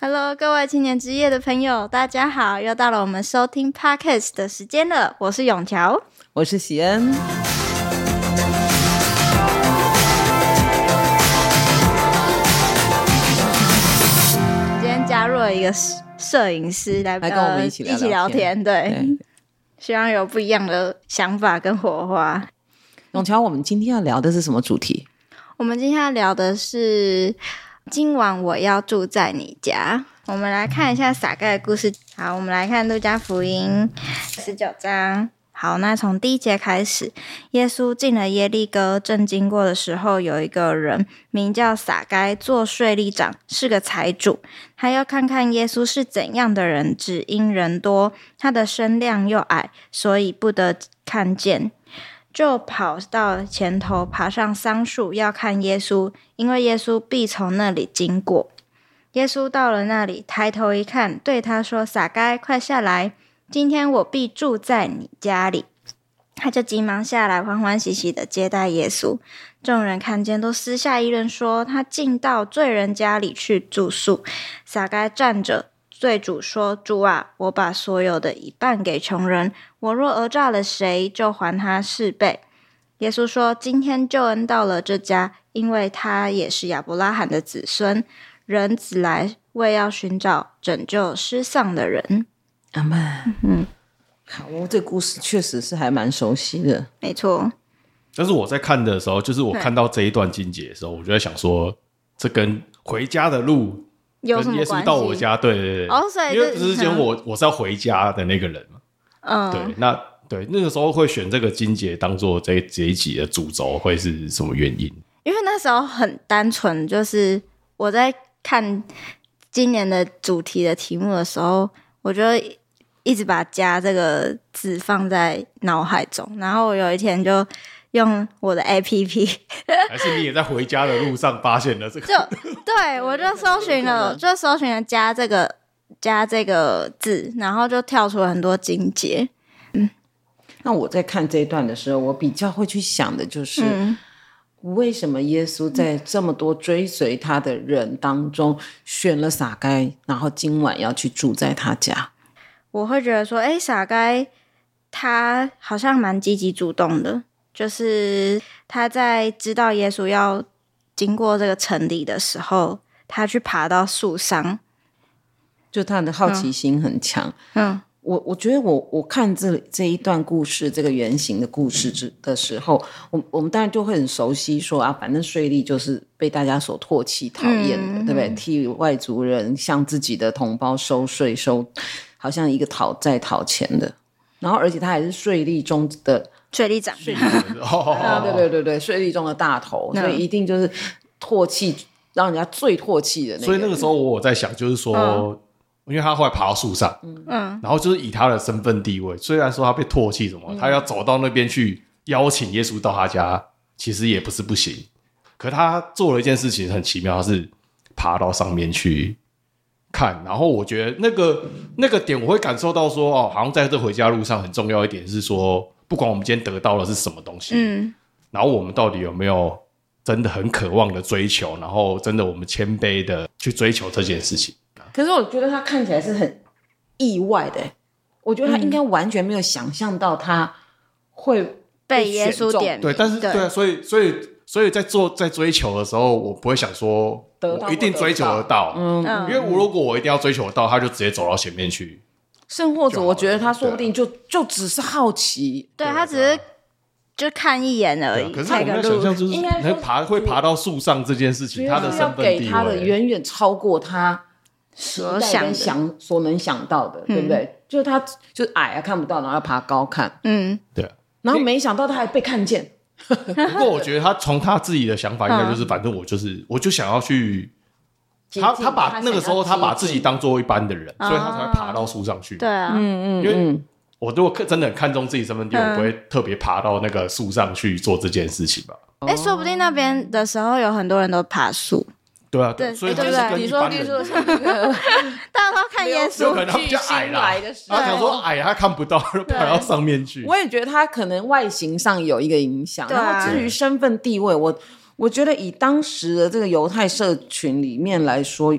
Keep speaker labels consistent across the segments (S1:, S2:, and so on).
S1: Hello，各位青年之夜的朋友，大家好！又到了我们收听 Podcast 的时间了，我是永桥。
S2: 我是喜恩。
S1: 今天加入了一个摄摄影师来
S2: 来跟我们
S1: 呃
S2: 一起聊
S1: 一起聊
S2: 聊
S1: 天，
S2: 天
S1: 对，
S2: 对，
S1: 希望有不一样的想法跟火花。
S2: 永桥，我们今天要聊的是什么主题？
S1: 我们今天要聊的是今晚我要住在你家。我们来看一下撒盖的故事。好，我们来看路加福音十九章。好，那从第一节开始，耶稣进了耶利哥，正经过的时候，有一个人名叫撒该，做税吏长，是个财主。他要看看耶稣是怎样的人，只因人多，他的身量又矮，所以不得看见。就跑到前头，爬上桑树要看耶稣，因为耶稣必从那里经过。耶稣到了那里，抬头一看，对他说：“撒该，快下来！今天我必住在你家里。”他就急忙下来，欢欢喜喜的接待耶稣。众人看见，都私下议论说：“他进到罪人家里去住宿。”撒该站着对主说：“主啊，我把所有的一半给穷人，我若讹诈了谁，就还他四倍。”耶稣说：“今天救恩到了这家，因为他也是亚伯拉罕的子孙。人子来为要寻找拯救失丧的人。
S2: 阿曼，嗯，好，我这故事确实是还蛮熟悉的。”
S1: 没错，
S3: 但是我在看的时候，就是我看到这一段经节的时候，我就在想说，这跟回家的路
S1: 有
S3: 跟
S1: 什么
S3: 耶
S1: 关
S3: 稣
S1: 系？
S3: 到我家，对对对，
S1: 哦所以
S3: 因为
S1: 这
S3: 之前我我是要回家的那个人嘛，
S1: 嗯，
S3: 对，那对那个时候会选这个经节当做这这一集的主轴，会是什么原 因？
S1: 因为那时候很单纯，就是我在看今年的主题的题目的时候，我就一直把“家”这个字放在脑海中，然后我有一天就用我的 APP
S3: 还是你也在回家的路上发现了这 个？
S1: 就对我就搜寻了，就搜寻了“加”这个“加”这个字，然后就跳出了很多情节。
S2: 那我在看这一段的时候，我比较会去想的就是，
S1: 嗯
S2: 为什么耶稣在这么多追随他的人当中选了撒该，然后今晚要去住在他家？
S1: 我会觉得说，哎，傻该他好像蛮积极主动的，就是他在知道耶稣要经过这个城里的时候，他去爬到树上，
S2: 就他的好奇心很强。
S1: 嗯
S2: 我我觉得我我看这这一段故事，这个原型的故事之的时候，我我们当然就会很熟悉说啊，反正税吏就是被大家所唾弃、讨厌的，
S1: 嗯
S2: 对不对？替外族人向自己的同胞收税，收好像一个讨债讨钱的。然后，而且他还是税吏中的，啊
S1: 水利长，嗯
S3: 哦，
S2: 对对对对，税吏中的大头，所以一定就是唾弃，让人家最唾弃的那个。
S3: 所以那个时候我在想，就是说，
S1: 嗯
S3: 因为他后来爬到树上，
S1: 嗯，
S3: 然后就是以他的身份地位，虽然说他被唾弃什么，他要走到那边去邀请耶稣到他家，其实也不是不行。可他做了一件事情很奇妙，他是爬到上面去看。然后我觉得那个那个点，我会感受到说，哦，好像在这回家路上很重要一点是说，不管我们今天得到的是什么东西，
S1: 嗯
S3: 然后我们到底有没有真的很渴望的追求，然后真的我们谦卑的去追求这件事情。
S2: 可是我觉得他看起来是很意外的欸，我觉得他应该完全没有想象到他会
S1: 被耶稣点名，
S3: 对，但是对啊，所以所以所以在做在追求的时候，我不会想说
S2: 得到
S3: 我一定追求得到，
S1: 嗯
S3: 因为我如果我一定要追求得到，他就直接走到前面去。
S2: 甚或
S3: 就
S2: 者，
S3: 好
S2: 我觉得
S3: 了
S2: 他说
S3: 对
S2: 不
S3: 啊
S2: 定就就只是好奇，
S1: 对他只是就看一眼而
S3: 对啊
S1: 已，
S3: 可是我
S1: 开
S3: 们
S1: 个
S3: 在想
S1: 路
S3: 象，就是
S2: 应该说
S3: 能爬会爬到树上这件事情，他的
S2: 是要
S3: 身份
S2: 给
S3: 地
S2: 他的
S3: 位，
S2: 远远超过他
S1: 所
S2: 期待
S1: 想
S2: 跟
S1: 的，
S2: 想所能想到的，对不对？就是他就是矮啊看不到，然后要爬高看，
S1: 嗯
S3: 对啊。
S2: 然后没想到他还被看 见，
S3: 不过我觉得他从他自己的想法，应该就是反正我就是我就想要去。
S2: 嗯接
S3: 他
S2: 近
S3: 他把那个时候，他
S2: 想要
S3: 把
S2: 接
S3: 自己
S2: 近
S3: 当做一般的人，所以他才会爬到树上去。
S1: 对啊，
S2: 嗯
S3: 因为
S2: 嗯
S3: 我如果看真的很看重自己身份地位，我不会特别爬到那个树上去做这件事情吧？
S1: 哎、说不定那边的时候有很多人都爬树，
S3: 对啊，
S1: 对
S2: 哎
S3: 所以
S1: 对
S3: 就是
S1: 不对
S3: 跟
S2: 你
S3: 一
S2: 说
S3: 般
S2: 例
S3: 人
S2: 如说像那个
S1: 大家都看耶
S3: 有
S1: 稣，
S3: 可能他比较
S2: 巨
S3: 矮啦
S2: 星来的时，候
S3: 他想说矮他看 不到，就爬到上面去。
S2: 我也觉得他可能外形上有一个影响，
S1: 对啊
S2: 然后至于身份地位，我我觉得以当时的这个犹太社群里面来说，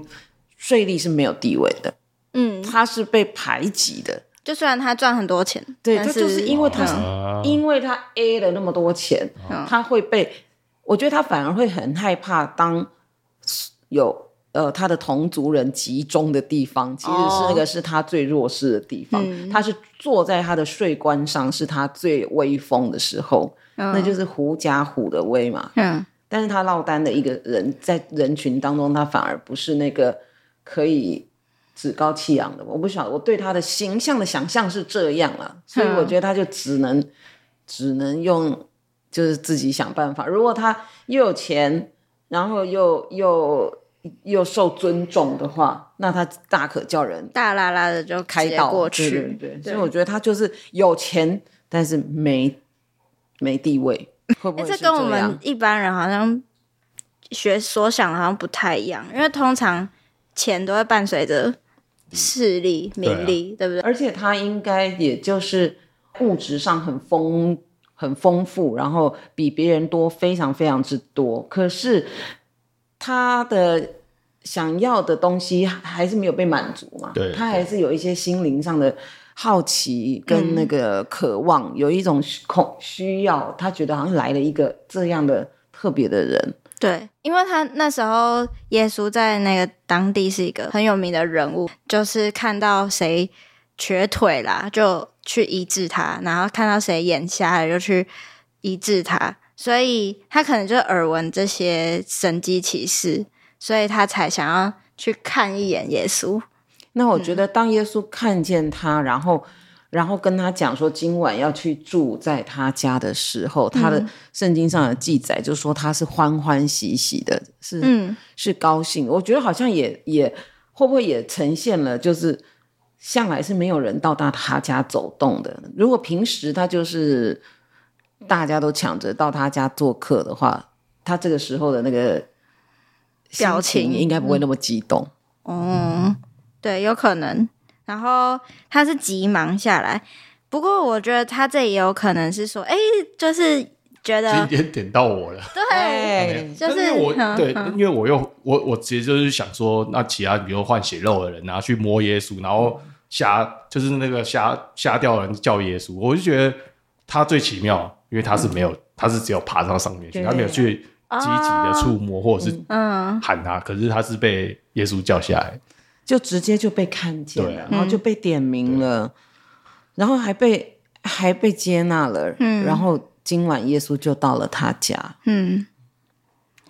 S2: 税吏是没有地位的，
S1: 嗯，
S2: 他是被排挤的。
S1: 就虽然他赚很多钱，
S2: 对，
S1: 但
S2: 他就是因为他是
S3: 啊
S2: 因为他 A 了那么多钱，
S1: 嗯
S2: 他会被，我觉得他反而会很害怕，当有呃他的同族人集中的地方，其实是那个是他最弱势的地方，
S1: 哦嗯
S2: 他是坐在他的税关上，是他最威风的时候，
S1: 嗯
S2: 那就是狐假虎的威嘛。
S1: 嗯
S2: 但是他落单的一个人，在人群当中，他反而不是那个可以趾高气扬的。我不晓得，我对他的形象的想象是这样啦，所以我觉得他就只能只能用就是自己想办法。如果他又有钱，然后又又又受尊重的话，那他大可叫人
S1: 大拉拉的就
S2: 开
S1: 直接
S2: 导
S1: 过
S2: 对对
S1: 去，
S2: 对所以我觉得他就是有钱，但是没没地位。会不
S1: 哎、
S2: 会
S1: 这
S2: 是这
S1: 跟我
S2: 样
S1: 们一般人好像学所想的好像不太一样，因为通常钱都会伴随着势力、
S3: 啊
S1: 名利，对不对？
S2: 而且他应该也就是物质上很丰很丰富，然后比别人多非常非常之多，可是他的想要的东西还是没有被满足嘛，
S3: 对
S2: 他还是有一些心灵上的。好奇跟那个渴望，有一种恐需要，他觉得好像来了一个这样的特别的人，
S1: 对，因为他那时候耶稣在那个当地是一个很有名的人物，就是看到谁瘸腿啦，就去医治他；然后看到谁眼瞎了，就去医治他。所以他可能就耳闻这些神机骑士，所以他才想要去看一眼耶稣。
S2: 那我觉得，
S1: 嗯
S2: 当耶稣看见他，然后，然后跟他讲说今晚要去住在他家的时候，他
S1: 嗯
S2: 的圣经上的记载就说他是欢欢喜喜的，是、
S1: 嗯
S2: 是高兴。我觉得好像也也会不会也呈现了，就是向来是没有人到达他家走动的。如果平时他就是大家都抢着到他家做客的话，他这个时候的那个心
S1: 表情嗯
S2: 应该不会那么激动。
S1: 哦，对，有可能。然后他是急忙下来，不过我觉得他这也有可能是说，哎，就是觉得
S3: 今天点到我了，
S1: 对，
S2: 哎
S1: 就是
S3: 但因为我
S1: 嗯
S3: 对
S1: 嗯，
S3: 因为我又我我直接就是想说，那其他比如换血肉的人，然后去摸耶稣，然后瞎就是那个瞎瞎掉的人叫耶稣，我就觉得他最奇妙，因为他是没有，他是只有爬到上面去，
S2: 嗯对啊
S3: 他没有去积极的触摸或者是
S1: 嗯，
S3: 喊他，可是他是被耶稣叫下来，
S2: 就直接就被看见
S3: 对
S2: 了
S3: 啊，
S2: 然后就被点名了，然后还被还被接纳了，
S1: 嗯
S2: 然后今晚耶稣就到了他家。
S1: 嗯，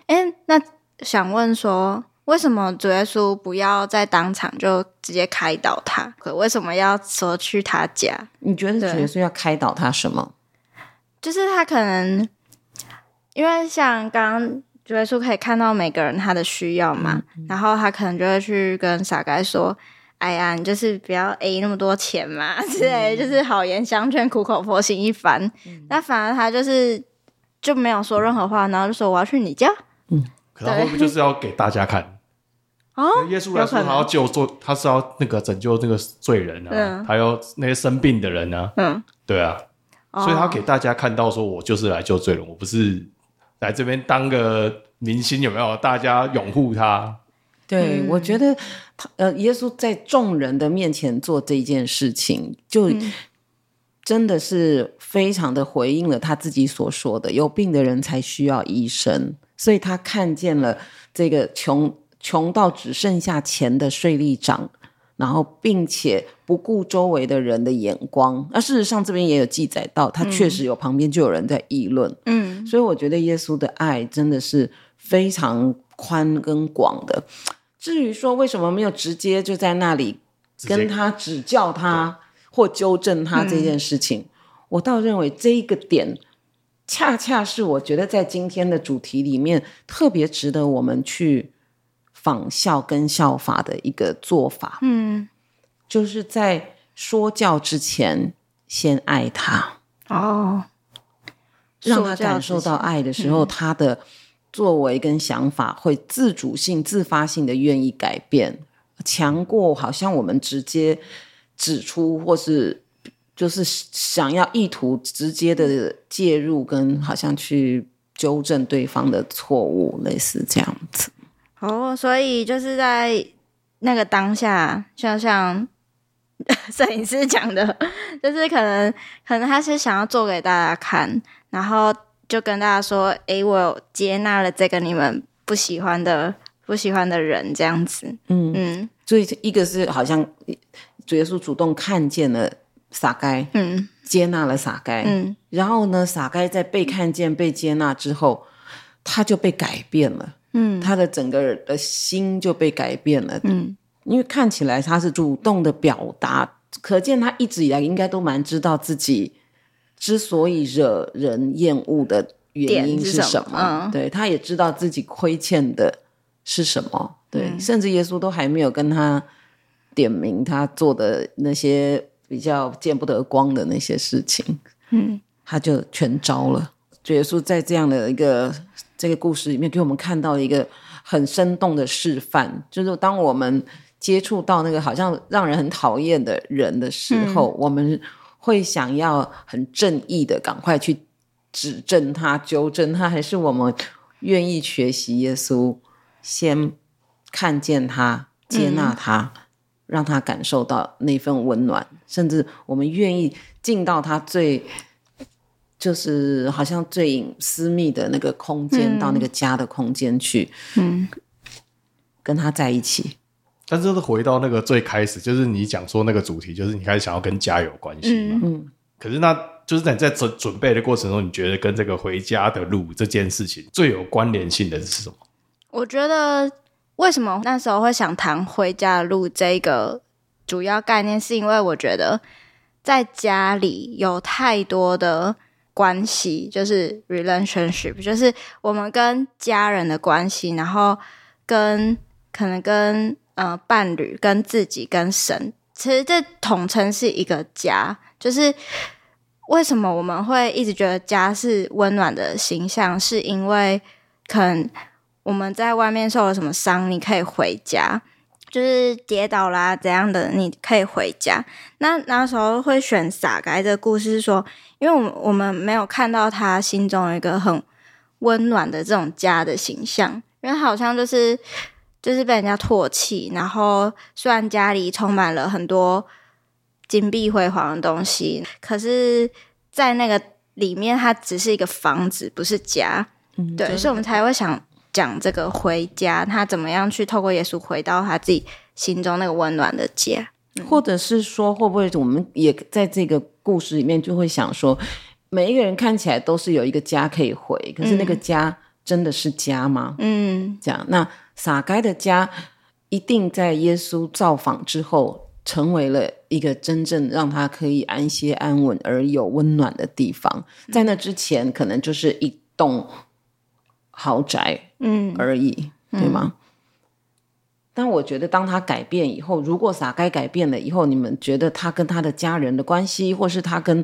S1: 哎，那想问说，为什么主耶稣不要在当场就直接开导他？可为什么要说去他家？
S2: 你觉得
S1: 对
S2: 主耶稣要开导他什么？
S1: 就是他可能因为像刚刚主耶稣可以看到每个人他的需要嘛，然后他可能就会去跟傻该说。哎呀，你就是不要 A 那么多钱嘛，之类的，就是 好言相劝，苦口婆心一番。那反而他就是就没有说任何话，然后就说我要去你家，
S3: 可他会不会就是要给大家看？
S1: 哦，
S3: 耶稣来
S1: 有可
S3: 说，
S1: 能
S3: 他要救做，他是要那个拯救那个罪人啊
S1: 嗯，
S3: 还有那些生病的人啊，
S1: 嗯，
S3: 对啊，
S1: 哦
S3: 所以他给大家看到说，我就是来救罪人，我不是来这边当个明星，有没有？大家拥护他，
S2: 对，
S1: 嗯
S2: 我觉得他呃，耶稣在众人的面前做这件事情，就真的是非常的回应了他自己所说的：有病的人才需要医生。所以他看见了这个穷穷到只剩下钱的税吏长，然后并且不顾周围的人的眼光。那事实上这边也有记载到，他确实有旁边就有人在议论。
S1: 嗯
S2: 所以我觉得耶稣的爱真的是非常宽跟广的。至于说为什么没有直接就在那里
S3: 直接
S2: 跟他指教他或纠正他这件事情，我倒认为这一个点，恰恰是我觉得在今天的主题里面特别值得我们去仿效跟效法的一个做法，
S1: 嗯
S2: 就是在说教之前先爱他。
S1: 哦，
S2: 让他
S1: 塑造
S2: 感
S1: 自
S2: 受
S1: 己
S2: 到爱的时嗯候，他的作为跟想法会自主性、自发性的愿意改变，强过好像我们直接指出或是就是想要意图直接的介入，跟好像去纠正对方的错误，类似这样子。
S1: 哦，所以就是在那个当下，就像摄影师讲的，就是可能可能他是想要做给大家看，然后就跟大家说：“诶，我有接纳了这个你们不喜欢的不喜欢的人，这样子。”嗯嗯
S2: 所以一个是好像主耶稣主动看见了撒该，
S1: 嗯
S2: 接纳了撒该，
S1: 嗯
S2: 然后呢，撒该在被看见、被接纳之后，他就被改变了，
S1: 嗯
S2: 他的整个的心就被改变了，
S1: 嗯
S2: 因为看起来他是主动的表达，可见他一直以来应该都蛮知道自己之所以惹人厌恶的原因是
S1: 点是
S2: 什
S1: 什
S2: 么，
S1: 么嗯
S2: 对，他也知道自己亏欠的是什么，对，
S1: 嗯
S2: 甚至耶稣都还没有跟他点名他做的那些比较见不得光的那些事情，
S1: 嗯
S2: 他就全招了。主耶稣在这样的一个这个故事里面，给我们看到一个很生动的示范，就是当我们接触到那个好像让人很讨厌的人的时候，我们会想要很正义的赶快去指正他、纠正他，还是我们愿意学习耶稣，先看见他、接纳他，让他感受到那份温暖，甚至我们愿意进到他最。就是好像最隐私密的那个空间，
S1: 嗯
S2: 到那个家的空间去，
S1: 嗯
S2: 跟他在一起。
S3: 但是回到那个最开始，就是你讲说那个主题，就是你开始想要跟家有关系嘛。
S2: 嗯
S3: 可是那就是在你在准准备的过程中，你觉得跟这个回家的路这件事情最有关联性的是什么？
S1: 我觉得为什么那时候会想谈回家的路这个主要概念，是因为我觉得在家里有太多的关系，就是 relationship，就是我们跟家人的关系，然后跟可能跟呃伴侣、跟自己、跟神，其实这统称是一个家，就是。为什么我们会一直觉得家是温暖的形象？是因为可能我们在外面受了什么伤，你可以回家，就是跌倒啦怎样的，你可以回家。那那时候会选傻该这个故事是说，因为我们我们没有看到他心中有一个很温暖的这种家的形象，因为好像就是就是被人家唾弃，然后虽然家里充满了很多金碧辉煌的东西，可是，在那个里面，它只是一个房子，不是家。
S2: 嗯
S1: 对，所以我们才会想讲这个回家，他怎么样去透过耶稣回到他自己心中那个温暖的家。
S2: 或者是说，会不会我们也在这个故事里面就会想说，每一个人看起来都是有一个家可以回，可是那个家真的是家吗？
S1: 嗯
S2: 这样，那撒该的家一定在耶稣造访之后，成为了一个真正让他可以安歇安稳而有温暖的地方。在那之前，可能就是一栋豪宅，
S1: 嗯
S2: 而已，对吗？但我觉得，当他改变以后，如果撒该改变了以后，你们觉得他跟他的家人的关系，或是他跟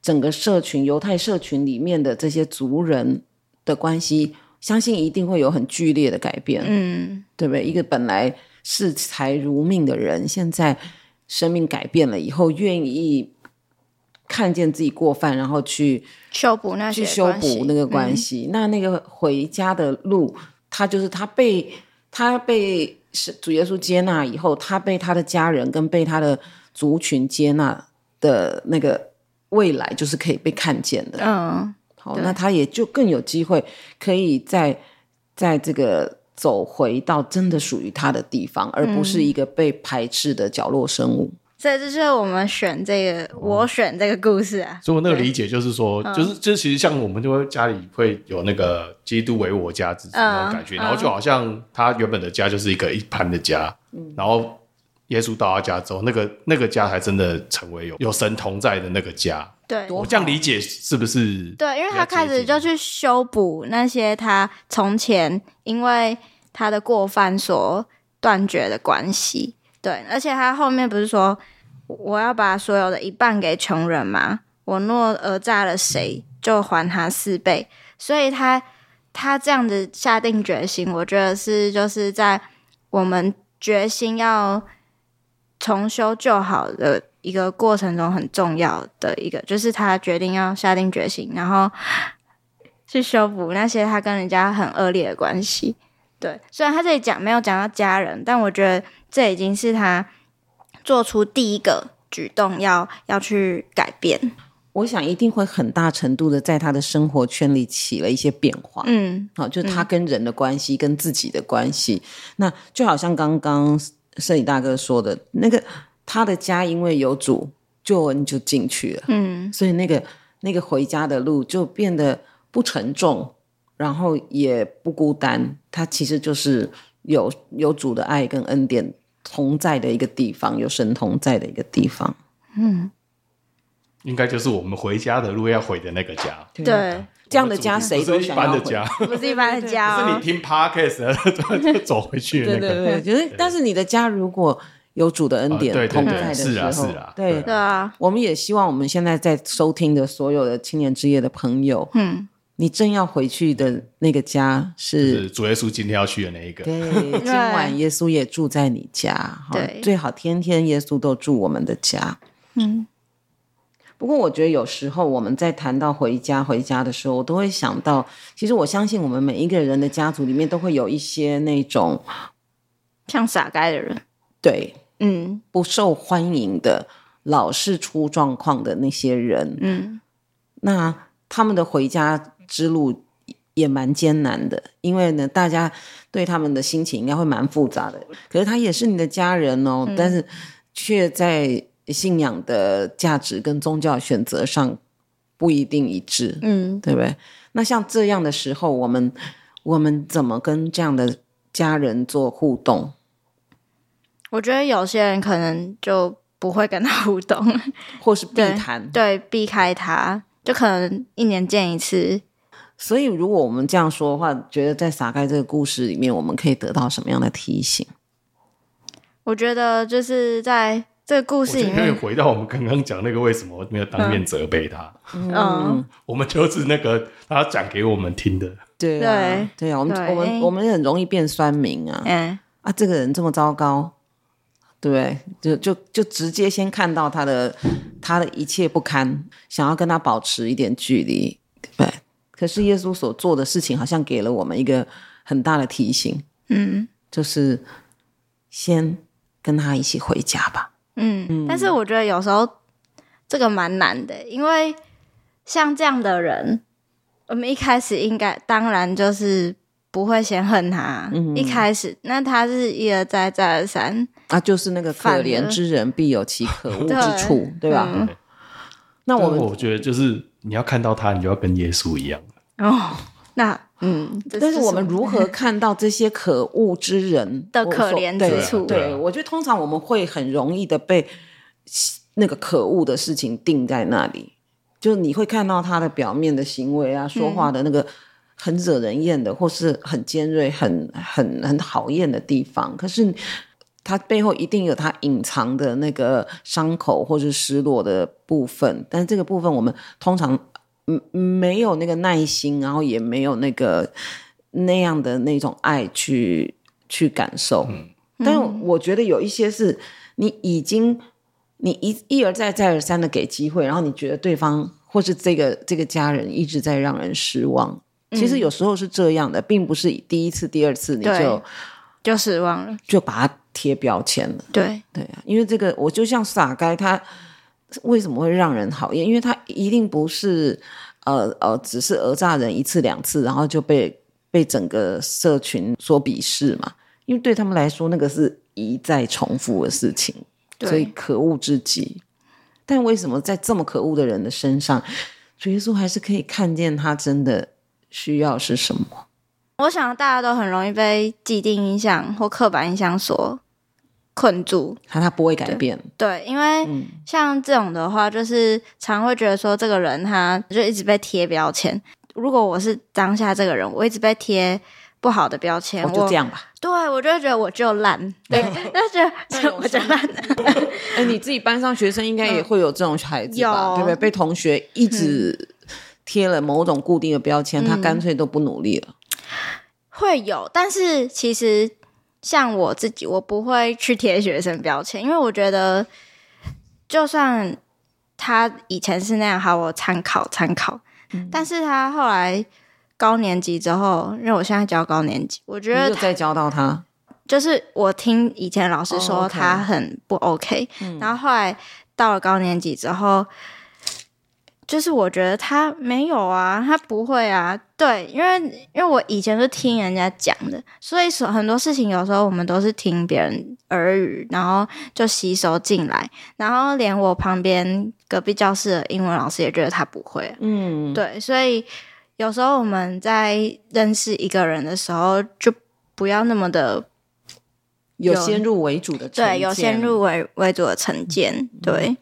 S2: 整个社群犹太社群里面的这些族人的关系，相信一定会有很剧烈的改变，
S1: 嗯
S2: 对不对？一个本来视财如命的人，现在生命改变了以后，愿意看见自己过犯，然后去
S1: 修补那些
S2: 去修
S1: 关系
S2: 补那个关
S1: 嗯
S2: 系。那那个回家的路，他就是他被他被是主耶稣接纳以后，他被他的家人跟被他的族群接纳的那个未来，就是可以被看见的。
S1: 嗯
S2: 好，
S1: 对
S2: 那他也就更有机会可以在在这个走回到真的属于他的地方，而不
S1: 嗯
S2: 是一个被排斥的角落生物。
S1: 所以这就是我们选这个，我选这个故事啊。
S3: 所以我那个理解就是说，就是就其实像我们就会家里会有那个基督为我家之子那种感觉，
S1: 嗯
S3: 然后就好像他原本的家就是一个一般的家，然后耶稣到他家之后，那个那个家才真的成为有有神同在的那个家。
S1: 对
S2: 多
S3: 我这样理解是不是？
S1: 对，因为
S3: 比
S1: 他
S3: 较
S1: 开
S3: 接
S1: 始
S3: 近
S1: 就去修补那些他从前因为他的过犯所断绝的关系。对，而且他后面不是说我要把所有的一半给穷人吗？我若讹诈了谁，就还他四倍。所以他他这样子下定决心，我觉得是就是在我们决心要重修旧好的一个过程中很重要的一个，就是他决定要下定决心，然后去修补那些他跟人家很恶劣的关系。对，虽然他这里讲没有讲到家人，但我觉得这已经是他做出第一个举动要要去改变。
S2: 我想一定会很大程度的在他的生活圈里起了一些变化。
S1: 嗯
S2: 好、哦就是他跟人的关系，跟自己的关系。那就好像刚刚摄影大哥说的，那个他的家因为有主救恩就进去了，
S1: 嗯
S2: 所以那个那个回家的路就变得不沉重，然后也不孤单。他其实就是有有主的爱跟恩典同在的一个地方，有神同在的一个地方。
S1: 嗯，
S3: 应该就是我们回家的路要回的那个家。
S1: 对，
S2: 这样的家谁
S3: 不
S2: 都
S3: 是一
S2: 想
S3: 般
S2: 要
S3: 的
S2: 回。
S3: 家，
S1: 不是一般的家、
S3: 是
S1: 哦
S3: 你，听 podcast 就走回去的
S2: 对
S3: 那
S2: 对
S3: 个。
S2: 对，就是但是你的家如果有主的恩典
S3: 啊对对
S2: 同
S3: 对
S2: 在的时
S3: 是啊
S2: 候，
S3: 是啊
S2: 对
S3: 对
S1: 对啊，
S2: 我们也希望我们现在在收听的所有的青年之夜的朋友，
S1: 嗯，
S2: 你正要回去的那个家
S3: 就是
S2: 是，
S3: 主耶稣今天要去的那一个。
S2: 对，今晚耶稣也住在你家，哈
S1: 对
S2: 最好天天耶稣都住我们的家。
S1: 嗯，
S2: 不过我觉得有时候我们在谈到回家回家的时候，我都会想到，其实我相信我们每一个人的家族里面都会有一些那种
S1: 像傻该的人，
S2: 对
S1: 嗯
S2: 不受欢迎的、老是出状况的那些人，
S1: 嗯
S2: 那他们的回家之路也蛮艰难的，因为呢，大家对他们的心情应该会蛮复杂的。可是他也是你的家人哦，
S1: 嗯
S2: 但是却在信仰的价值跟宗教选择上不一定一致，
S1: 嗯
S2: 对不对？那像这样的时候，我们我们怎么跟这样的家人做互动？
S1: 我觉得有些人可能就不会跟他互动，
S2: 或是避
S1: 对
S2: 谈，
S1: 对，避开他，就可能一年见一次。
S2: 所以，如果我们这样说的话，觉得在撒开这个故事里面，我们可以得到什么样的提醒？
S1: 我觉得就是在这个故
S3: 我
S1: 事
S3: 觉
S1: 里
S3: 得可以
S1: 面，
S3: 回到我们刚刚讲那个为什么没有当面责备他，
S1: 嗯，
S3: 我们就是那个他讲给我们听的。
S2: 对啊，对啊，我们
S1: 对
S2: 我们我们很容易变酸民啊
S1: 哎、
S2: 啊！这个人这么糟糕，对不对，就就就直接先看到他的他的一切不堪，想要跟他保持一点距离，对不对。可是耶稣所做的事情，好像给了我们一个很大的提醒，
S1: 嗯
S2: 就是先跟他一起回家吧。
S1: 嗯但是我觉得有时候这个蛮难的，因为像这样的人，我们一开始应该当然就是不会先恨他，
S2: 嗯
S1: 一开始那他是一而再再而三，
S2: 啊，就是那个可
S1: 反而
S2: 怜之人必有其可恶之处，对啊吧？
S1: 嗯
S2: 那我
S3: 但
S2: 们
S3: 我觉得就是你要看到他，你就要跟耶稣一样。
S1: 哦，那嗯，这
S2: 但是我
S1: 什
S2: 们
S1: 么
S2: 如何看到这些可恶之人
S1: 的
S2: 我
S1: 可
S2: 所
S1: 怜
S2: 对
S1: 之
S2: 啊
S1: 处
S2: 对
S3: 对啊
S2: 我觉得通常我们会很容易的被那个可恶的事情定在那里，就是你会看到他的表面的行为啊，说话的那个很惹人厌的，或是很尖锐、很很很讨厌的地方，可是。他背后一定有他隐藏的那个伤口或是失落的部分，但这个部分我们通常嗯没有那个耐心，然后也没有那个那样的那种爱去去感受。但我觉得有一些是你已经你一一而再再而三的给机会，然后你觉得对方或是这个这个家人一直在让人失望。其实有时候是这样的，并不是第一次、第二次你
S1: 对
S2: 就
S1: 就失望了？
S2: 就把它贴标签了。
S1: 对，
S2: 对啊，因为这个我就像傻该，他为什么会让人讨厌？因为他一定不是呃呃，只是讹诈人一次两次，然后就被被整个社群所鄙视嘛。因为对他们来说，那个是一再重复的事情，
S1: 对
S2: 所以可恶至极。但为什么在这么可恶的人的身上，主耶稣还是可以看见他真的需要是什么？
S1: 我想大家都很容易被既定印象或刻板印象所困住。
S2: 他他不会改变，嗯
S1: 对，因为像这种的话，就是常会觉得说，这个人他就一直被贴标签。如果我是当下这个人，我一直被贴不好的标签，
S2: 我
S1: 我
S2: 哦就这样吧。
S1: 对我就会觉得我就烂， 对，就觉
S2: 对
S1: 得我
S2: 我
S1: 就
S2: 想
S1: 烂，
S2: 哎，你自己班上学生应该也会有这种孩子吧？
S1: 嗯有
S2: 对不对？被同学一直贴了某种固定的标签，
S1: 嗯
S2: 他干脆都不努力了。
S1: 会有，但是其实像我自己，我不会去贴学生标签，因为我觉得，就算他以前是那样，好，我参考参考，
S2: 嗯
S1: 但是他后来高年级之后，因为我现在教高年级，我觉
S2: 你
S1: 得
S2: 又
S1: 他
S2: 再教到他，
S1: 就是我听以前老师
S2: 哦
S1: 说
S2: ，OK 嗯
S1: 他很不 OK，、然后后来到了高年级之后，就是我觉得他没有啊，他不会啊，对，因为因为我以前是听人家讲的，所以说很多事情有时候我们都是听别人耳语，然后就吸收进来，然后连我旁边隔壁教室的英文老师也觉得他不会、啊，
S2: 嗯，
S1: 对，所以有时候我们在认识一个人的时候，就不要那么的
S2: 有
S1: 有
S2: 先入为主的成
S1: 对，有
S2: 见
S1: 先入为为主的成见，对，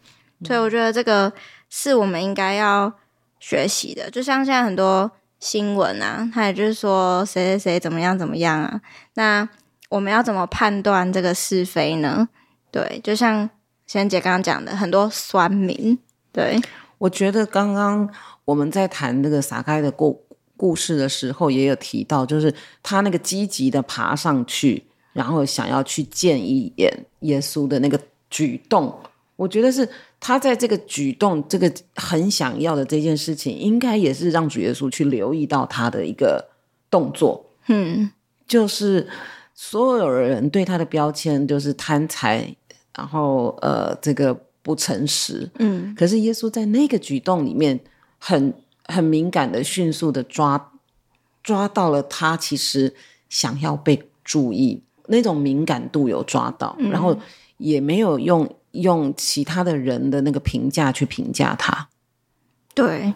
S1: 所以我觉得这个是我们应该要学习的。就像现在很多新闻啊，它也就是说谁谁谁怎么样怎么样啊，那我们要怎么判断这个是非呢？对，就像贤姐刚刚讲的，很多酸民，对，
S2: 我觉得刚刚我们在谈那个撒开的故故事的时候，也有提到，就是他那个积极的爬上去，然后想要去见一眼耶稣的那个举动，我觉得是他在这个举动，这个很想要的这件事情，应该也是让主耶稣去留意到他的一个动作。
S1: 嗯
S2: 就是所有人对他的标签就是贪财，然后呃，这个不诚实。
S1: 嗯
S2: 可是耶稣在那个举动里面很很敏感的、迅速的抓抓到了他其实想要被注意那种敏感度有抓到，
S1: 嗯
S2: 然后也没有用用其他的人的那个评价去评价他。
S1: 对。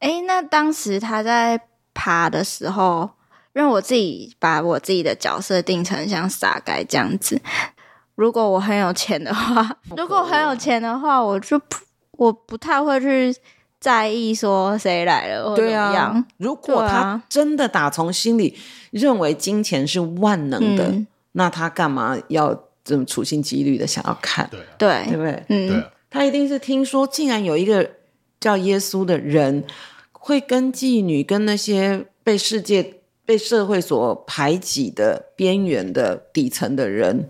S1: 诶，那当时他在爬的时候，因为我自己把我自己的角色定成像傻该这样子。如果我很有钱的话，如果我很有钱的话，我就不我不太会去在意说谁来了或怎么
S2: 对
S1: 样。
S2: 啊，如果
S1: 对
S2: 他
S1: 啊
S2: 真的打从心里认为金钱是万能的，
S1: 嗯，
S2: 那他干嘛要这么处心积虑的想要看，
S3: 对啊，
S2: 对
S1: 对，
S2: 不对？
S1: 嗯，
S3: 对啊，
S2: 他一定是听说，竟然有一个叫耶稣的人，会跟妓女、跟那些被世界、被社会所排挤的边缘的底层的人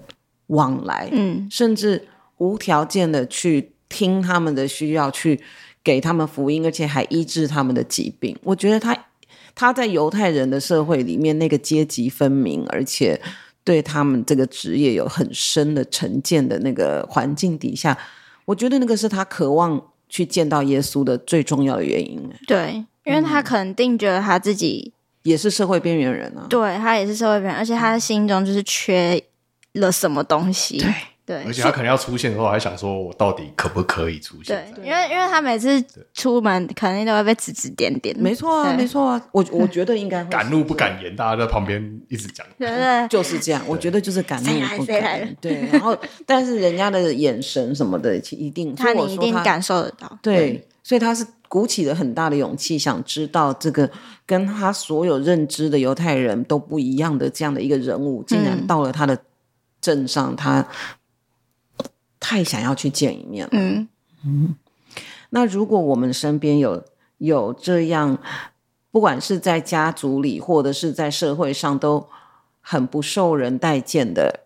S2: 往来，
S1: 嗯，
S2: 甚至无条件的去听他们的需要，去给他们福音，而且还医治他们的疾病。我觉得他他在犹太人的社会里面，那个阶级分明，而且对他们这个职业有很深的成见的那个环境底下，我觉得那个是他渴望去见到耶稣的最重要的原因，
S1: 对，因为他肯定觉得他自己，
S2: 也是社会边缘人啊。
S1: 对他也是社会人，而且他的心中就是缺了什么东西。
S2: 对
S1: 对，
S3: 而且他可能要出现的话，还想说我到底可不可以出现
S1: 对？，
S2: 对
S1: 因为因为他每次出门肯定都会被指指点点，
S2: 没错啊，
S1: 对
S2: 没错啊，我我觉得应该会
S3: 敢怒不敢言，大家在旁边一直讲，
S1: 对对
S2: 就是这样，我觉得就是敢怒
S1: 谁来
S2: 不
S1: 谁来
S2: 敢。对，然后但是人家的眼神什么的，一定
S1: 他
S2: 所以我
S1: 你一
S2: 说
S1: 定
S2: 他
S1: 感受得到。
S2: 对，所以他是鼓起了很大的勇气，想知道这个跟他所有认知的犹太人都不一样的这样的一个人物，竟然
S1: 嗯
S2: 到了他的镇上，他太想要去见一面了。
S1: 嗯，
S2: 那如果我们身边有有这样，不管是在家族里，或者是在社会上，都很不受人待见的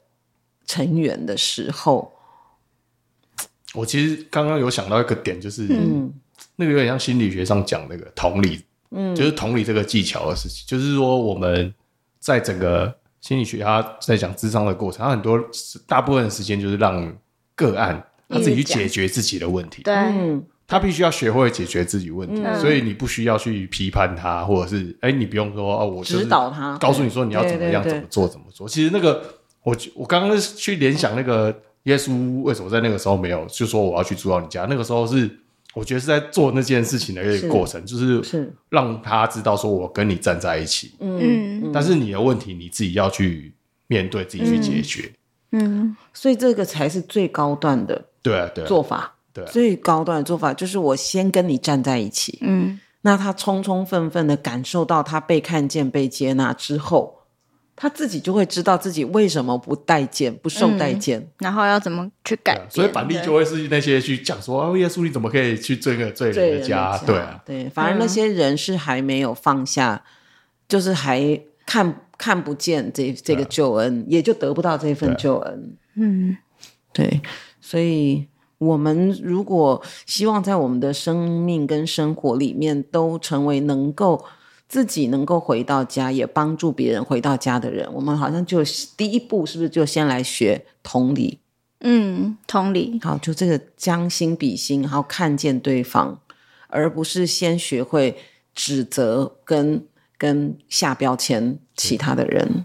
S2: 成员的时候，
S3: 我其实刚刚有想到一个点，就是、
S2: 嗯
S3: 那个有点像心理学上讲那个同理，嗯，就是同理这个技巧的事情，就是说我们在整个心理学他在讲智商的过程，他很多大部分的时间就是让个案他自己去解决自己的问题，
S1: 对，
S2: 嗯，
S3: 他必须要学会解决自己问题，
S1: 嗯
S3: 所以你不需要去批判他，或者是哎，你不用说哦，我就是
S2: 指导他
S3: 告诉你说你要怎么样
S2: 对对对
S3: 怎么做怎么做。其实那个我我刚刚是去联想那个耶稣为什么在那个时候没有就说我要去住到你家，那个时候是我觉得是在做那件事情的一
S2: 是
S3: 个过程，就是
S2: 是，
S3: 让他知道说我跟你站在一起，
S1: 嗯
S3: 但是你的问题你自己要去面对，自己去解决。
S1: 嗯
S2: 所以这个才是最高段的
S3: 对啊，对啊，
S2: 做法。
S3: 对啊
S2: 最高段的做法就是我先跟你站在一起，
S1: 嗯
S2: 那他充充分分的感受到他被看见、被接纳之后，他自己就会知道自己为什么不待见、不受
S1: 嗯
S2: 待见。
S1: 然后要怎么去改
S3: 对啊
S1: 变？
S3: 所以反例就会是那些去讲说哦，耶稣你怎么可以去追个罪
S2: 罪
S3: 人的
S2: 人
S3: 家？对啊，
S2: 对，反而那些人是还没有放下，就是还看看不见这这个
S3: 对啊
S2: 救恩，也就得不到这份
S3: 对啊
S2: 救恩。
S1: 嗯
S2: 对，所以我们如果希望在我们的生命跟生活里面都成为能够自己能够回到家，也帮助别人回到家的人，我们好像就第一步是不是就先来学同理？
S1: 嗯，同理，
S2: 好，就这个将心比心，然后看见对方，而不是先学会指责跟跟下标签其他的人。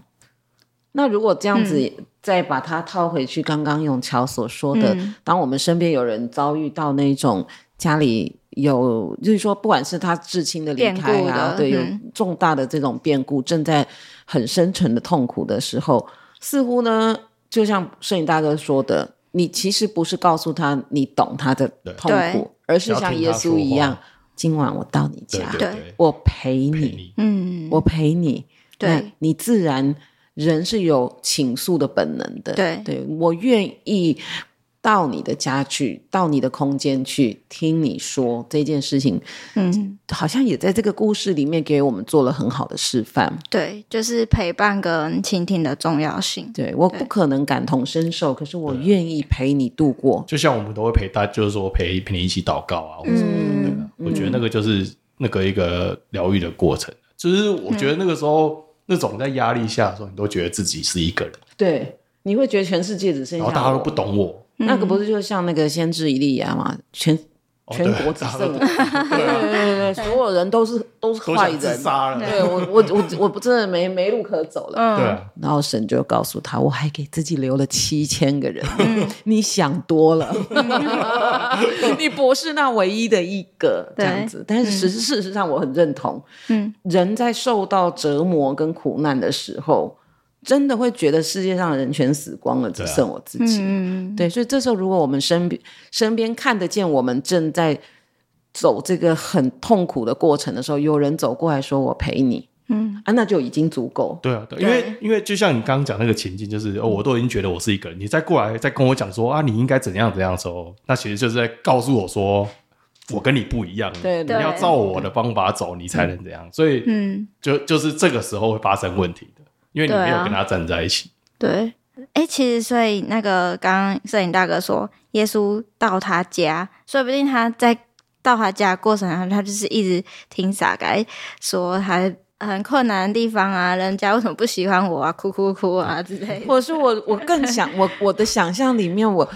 S2: 那如果这样子，再把它套回去，刚刚永桥所说的，
S1: 嗯
S2: 当我们身边有人遭遇到那种家里有，就是说，不管是他至亲的离
S1: 变
S2: 开
S1: 故
S2: 啊
S1: 的，
S2: 对，有
S1: 嗯
S2: 重大的这种变故，正在很深沉的痛苦的时候，似乎呢，就像摄影大哥说的，你其实不是告诉他你懂他的
S3: 对
S2: 痛
S1: 对
S2: 苦，而是像
S3: 要听
S2: 耶
S3: 他
S2: 稣一
S3: 说话
S2: 样，今晚我到你
S3: 对
S2: 家，
S3: 对
S1: 对
S3: 对，
S2: 我陪
S3: 陪
S2: 你，
S3: 你
S1: 嗯，
S2: 我陪你，
S1: 对
S2: 那你自然人是有倾诉的本能的。
S1: 对
S2: 对我愿意到你的家去，到你的空间去听你说这件事情，
S1: 嗯，
S2: 好像也在这个故事里面给我们做了很好的示范。
S1: 对，就是陪伴跟倾听的重要性。
S2: 对我
S1: 对
S2: 不可能感同身受，可是我愿意陪你度过。
S3: 就像我们都会陪他，就是说陪陪你一起祷告啊，或
S2: 嗯
S3: 者什么的对啊我觉得那个就是那个一个疗愈的过程，就是我觉得那个时候那种在压力下的时候，你都觉得自己是一个人，
S2: 对，你会觉得全世界只剩
S3: 然
S2: 下
S3: 后大家都
S2: 我
S3: 不懂我，
S1: 嗯
S2: 那个不是就像那个先知以利亚嘛，全
S3: 哦
S2: 全国只剩我，
S3: 对大家都对啊
S2: 对对对，所有人都是都是
S3: 都
S2: 坏
S3: 想自
S2: 人，
S3: 杀了，
S2: 对我我我我不真的没没路可走了。
S1: 嗯，
S3: 对啊，
S2: 然后神就告诉他，我还给自己留了七千个人，你想多了，你不是那唯一的一个这
S1: 对
S2: 样子。但是实事实上，我很认同，
S1: 嗯，
S2: 人在受到折磨跟苦难的时候，真的会觉得世界上的人全死光了，只
S3: 对啊
S2: 剩我自己。
S1: 嗯，
S2: 对，所以这时候如果我们身边身边看得见我们正在走这个很痛苦的过程的时候，有人走过来说“我陪你”，
S1: 嗯
S2: 啊，那就已经足够。
S3: 对啊，对，因为因为就像你刚刚讲那个情境，就是、哦、我都已经觉得我是一个人，你再过来再跟我讲说啊，你应该怎样怎样的时候，那其实就是在告诉我说，我跟你不一样，
S2: 对
S3: 你
S2: 对
S3: 要照我的方法走，你才能怎样。所以
S1: 嗯，
S3: 就就是这个时候会发生问题的，因为你
S1: 对啊
S3: 没有跟他站在一起。
S1: 对。哎，其实所以那个刚刚摄影大哥说，耶稣到他家，说不定他在到他家的过程中，他就是一直听傻该说他很困难的地方啊，人家为什么不喜欢我啊，哭哭哭啊之类 的。
S2: 或者是我我更想我我的想象里面，我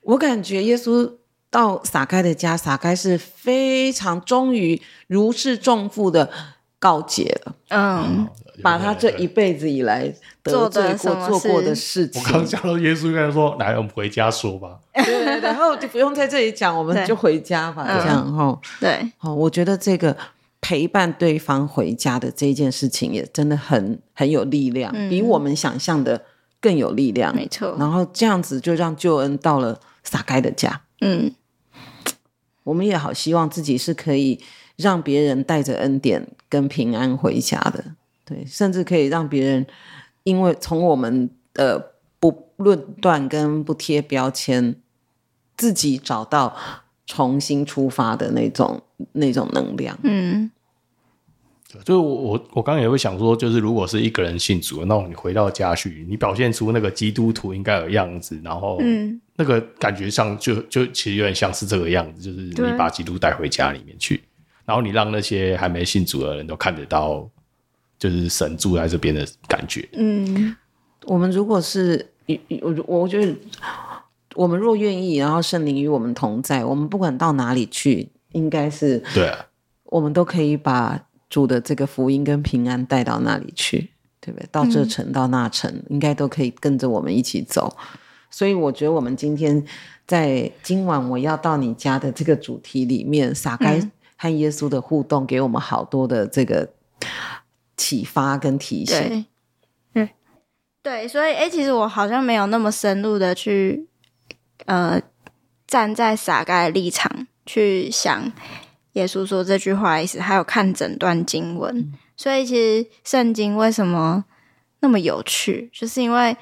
S2: 我感觉耶稣到撒开的家，撒开是非常终于如释重负的告解了，
S1: 嗯，
S2: 把他这一
S3: 对，
S2: 辈子以来得
S1: 做的
S2: 罪
S1: 什
S2: 过
S1: 么
S2: 做过
S1: 事
S2: 的事情
S3: 我，刚讲到耶稣应该说，来，我们回家说吧。
S2: 对，然后就不用在这里讲，我们
S1: 对
S2: 就回家吧，
S1: 嗯
S2: 这样哈。
S1: 对，
S2: 哦，我觉得这个陪伴对方回家的这件事情也真的很很有力量，
S1: 嗯
S2: 比我们想象的更有力量。
S1: 没错。
S2: 然后这样子就让救恩到了撒该的家，
S1: 嗯，
S2: 我们也好希望自己是可以让别人带着恩典跟平安回家的，对，甚至可以让别人因为从我们呃不论断跟不贴标签，自己找到重新出发的那种那种能量。
S1: 嗯，
S3: 对就是我我我刚刚也会想说，就是如果是一个人信主，那你回到家去，你表现出那个基督徒应该有样子，然后
S1: 嗯，
S3: 那个感觉上就就其实有点像是这个样子，就是
S1: 对
S3: 你把基督带回家里面去，然后你让那些还没信主的人都看得到，就是神住在这边的感觉。
S1: 嗯，
S2: 我们如果是，我我我觉得，我们若愿意，然后圣灵与我们同在，我们不管到哪里去，应该是
S3: 对啊，
S2: 我们都可以把主的这个福音跟平安带到那里去，对不对？到这城到那城，应该都可以跟着我们一起走。所以我觉得我们今天在今晚我要到你家的这个主题里面，撒该和耶稣的互动，给我们好多的这个启发跟提醒。
S1: 对，对，对，所以哎、诶其实我好像没有那么深入的去，呃，站在傻盖的立场去想耶稣说这句话的意思，还有看整段经文。所以其实圣经为什么那么有趣，就是因为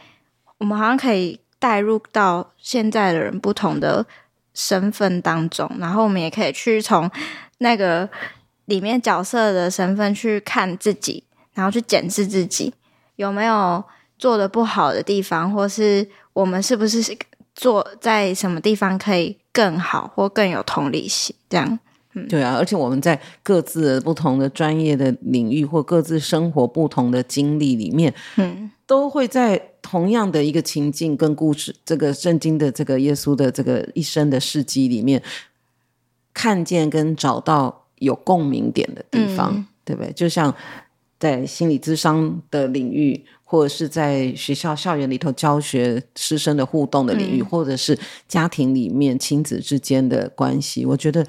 S1: 我们好像可以带入到现在的人不同的身份当中，然后我们也可以去从那个里面角色的身份去看自己，然后去检视自己有没有做的不好的地方，或是我们是不是做在什么地方可以更好或更有同理心，这样。
S2: 对啊，而且我们在各自的不同的专业的领域或各自生活不同的经历里面，
S1: 嗯，
S2: 都会在同样的一个情境跟故事，这个圣经的这个耶稣的这个一生的事迹里面，看见跟找到有共鸣点的地方，
S1: 嗯
S2: 对不对？就像在心理咨商的领域，或者是在学校校园里头教学师生的互动的领域，
S1: 嗯
S2: 或者是家庭里面亲子之间的关系，我觉得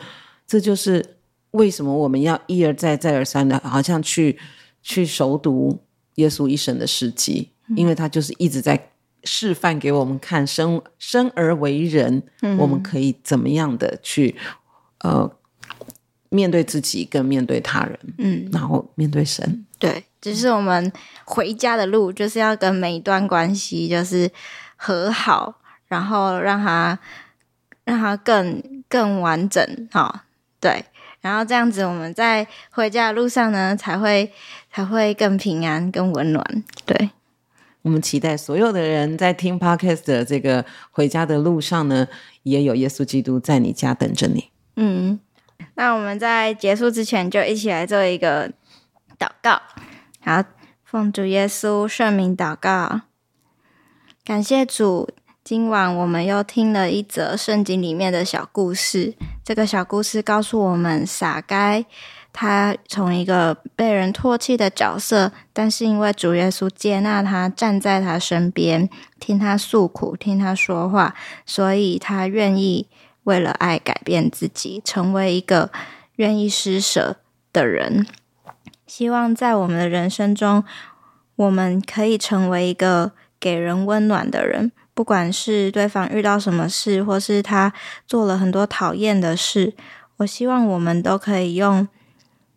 S2: 这就是为什么我们要一而再、再而三的，好像去去熟读耶稣一生的事迹，因为他就是一直在示范给我们看生生而为人，
S1: 嗯
S2: 嗯我们可以怎么样的去呃面对自己，跟面对他人，
S1: 嗯，
S2: 然后面对神。
S1: 对，只是我们回家的路，就是要跟每一段关系就是和好，然后让它让它更更完整哈、哦。对，然后这样子我们在回家的路上呢，才会才会更平安、更温暖。对，
S2: 我们期待所有的人在听 podcast 的这个回家的路上呢，也有耶稣基督在你家等着你。
S1: 嗯，那我们在结束之前，就一起来做一个祷告。好，奉主耶稣圣名祷告，感谢主。今晚我们又听了一则圣经里面的小故事。这个小故事告诉我们，撒该他从一个被人唾弃的角色，但是因为主耶稣接纳他，站在他身边，听他诉苦，听他说话，所以他愿意为了爱改变自己，成为一个愿意施舍的人。希望在我们的人生中，我们可以成为一个给人温暖的人。不管是对方遇到什么事，或是他做了很多讨厌的事，我希望我们都可以用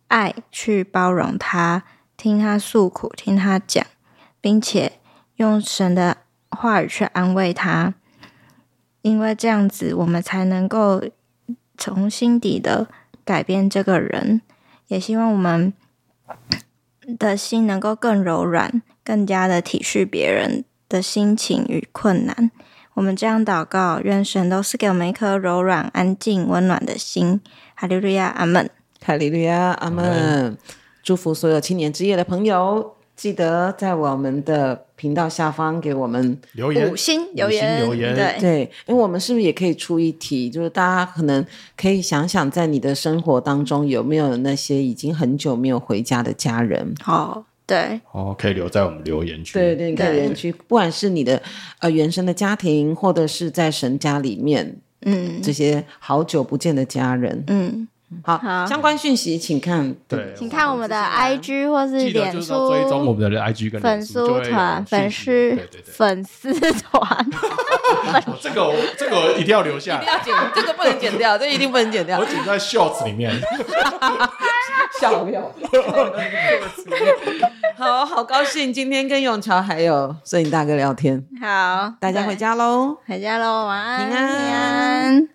S1: 爱去包容他，听他诉苦，听他讲，并且用神的话语去安慰他。因为这样子，我们才能够从心底的改变这个人。也希望我们的心能够更柔软，更加的体恤别人的心情与困难。我们这样祷告，愿神都赐给我们一颗柔软、安静、温暖的心。哈利路亚，阿门。
S2: 哈利路亚，阿门！祝福所有青年之夜的朋友，记得在我们的频道下方给我们
S3: 留言
S1: 五星
S3: 留
S1: 留
S3: 言
S1: 言，
S3: 留言
S1: 对，
S2: 对，因为我们是不是也可以出一题，就是大家可能可以想想，在你的生活当中有没有那些已经很久没有回家的家人？
S1: 好，对，
S3: 哦，可以留在我们留言区。
S2: 对对，你可以
S1: 对
S2: 园区，不管是你的呃原生的家庭，或者是在神家里面
S1: 嗯
S2: 这些好久不见的家人。
S1: 嗯，
S2: 好，
S1: 好
S2: 相关讯息请看
S3: 对，
S1: 请看我们的 IG 或是
S3: 记得
S1: 脸
S3: 就是
S1: 书
S3: 要追踪我们的 IG 跟
S1: 粉
S3: 脸书就
S1: 丝
S3: 会有
S1: 团、粉
S3: 讯息
S1: 丝
S3: 对对对，
S1: 粉丝团，
S3: 哦这个我这个我一定要留下来，
S2: 剪，这个不能剪掉，这一定不能剪掉
S3: 我。仅在 Shorts 里面。
S2: 笑料。 好好高兴，今天跟永桥还有摄影大哥聊天，
S1: 好，
S2: 大家
S1: 对
S2: 回家喽。
S1: 回家喽，晚安，
S2: 平安
S1: 平安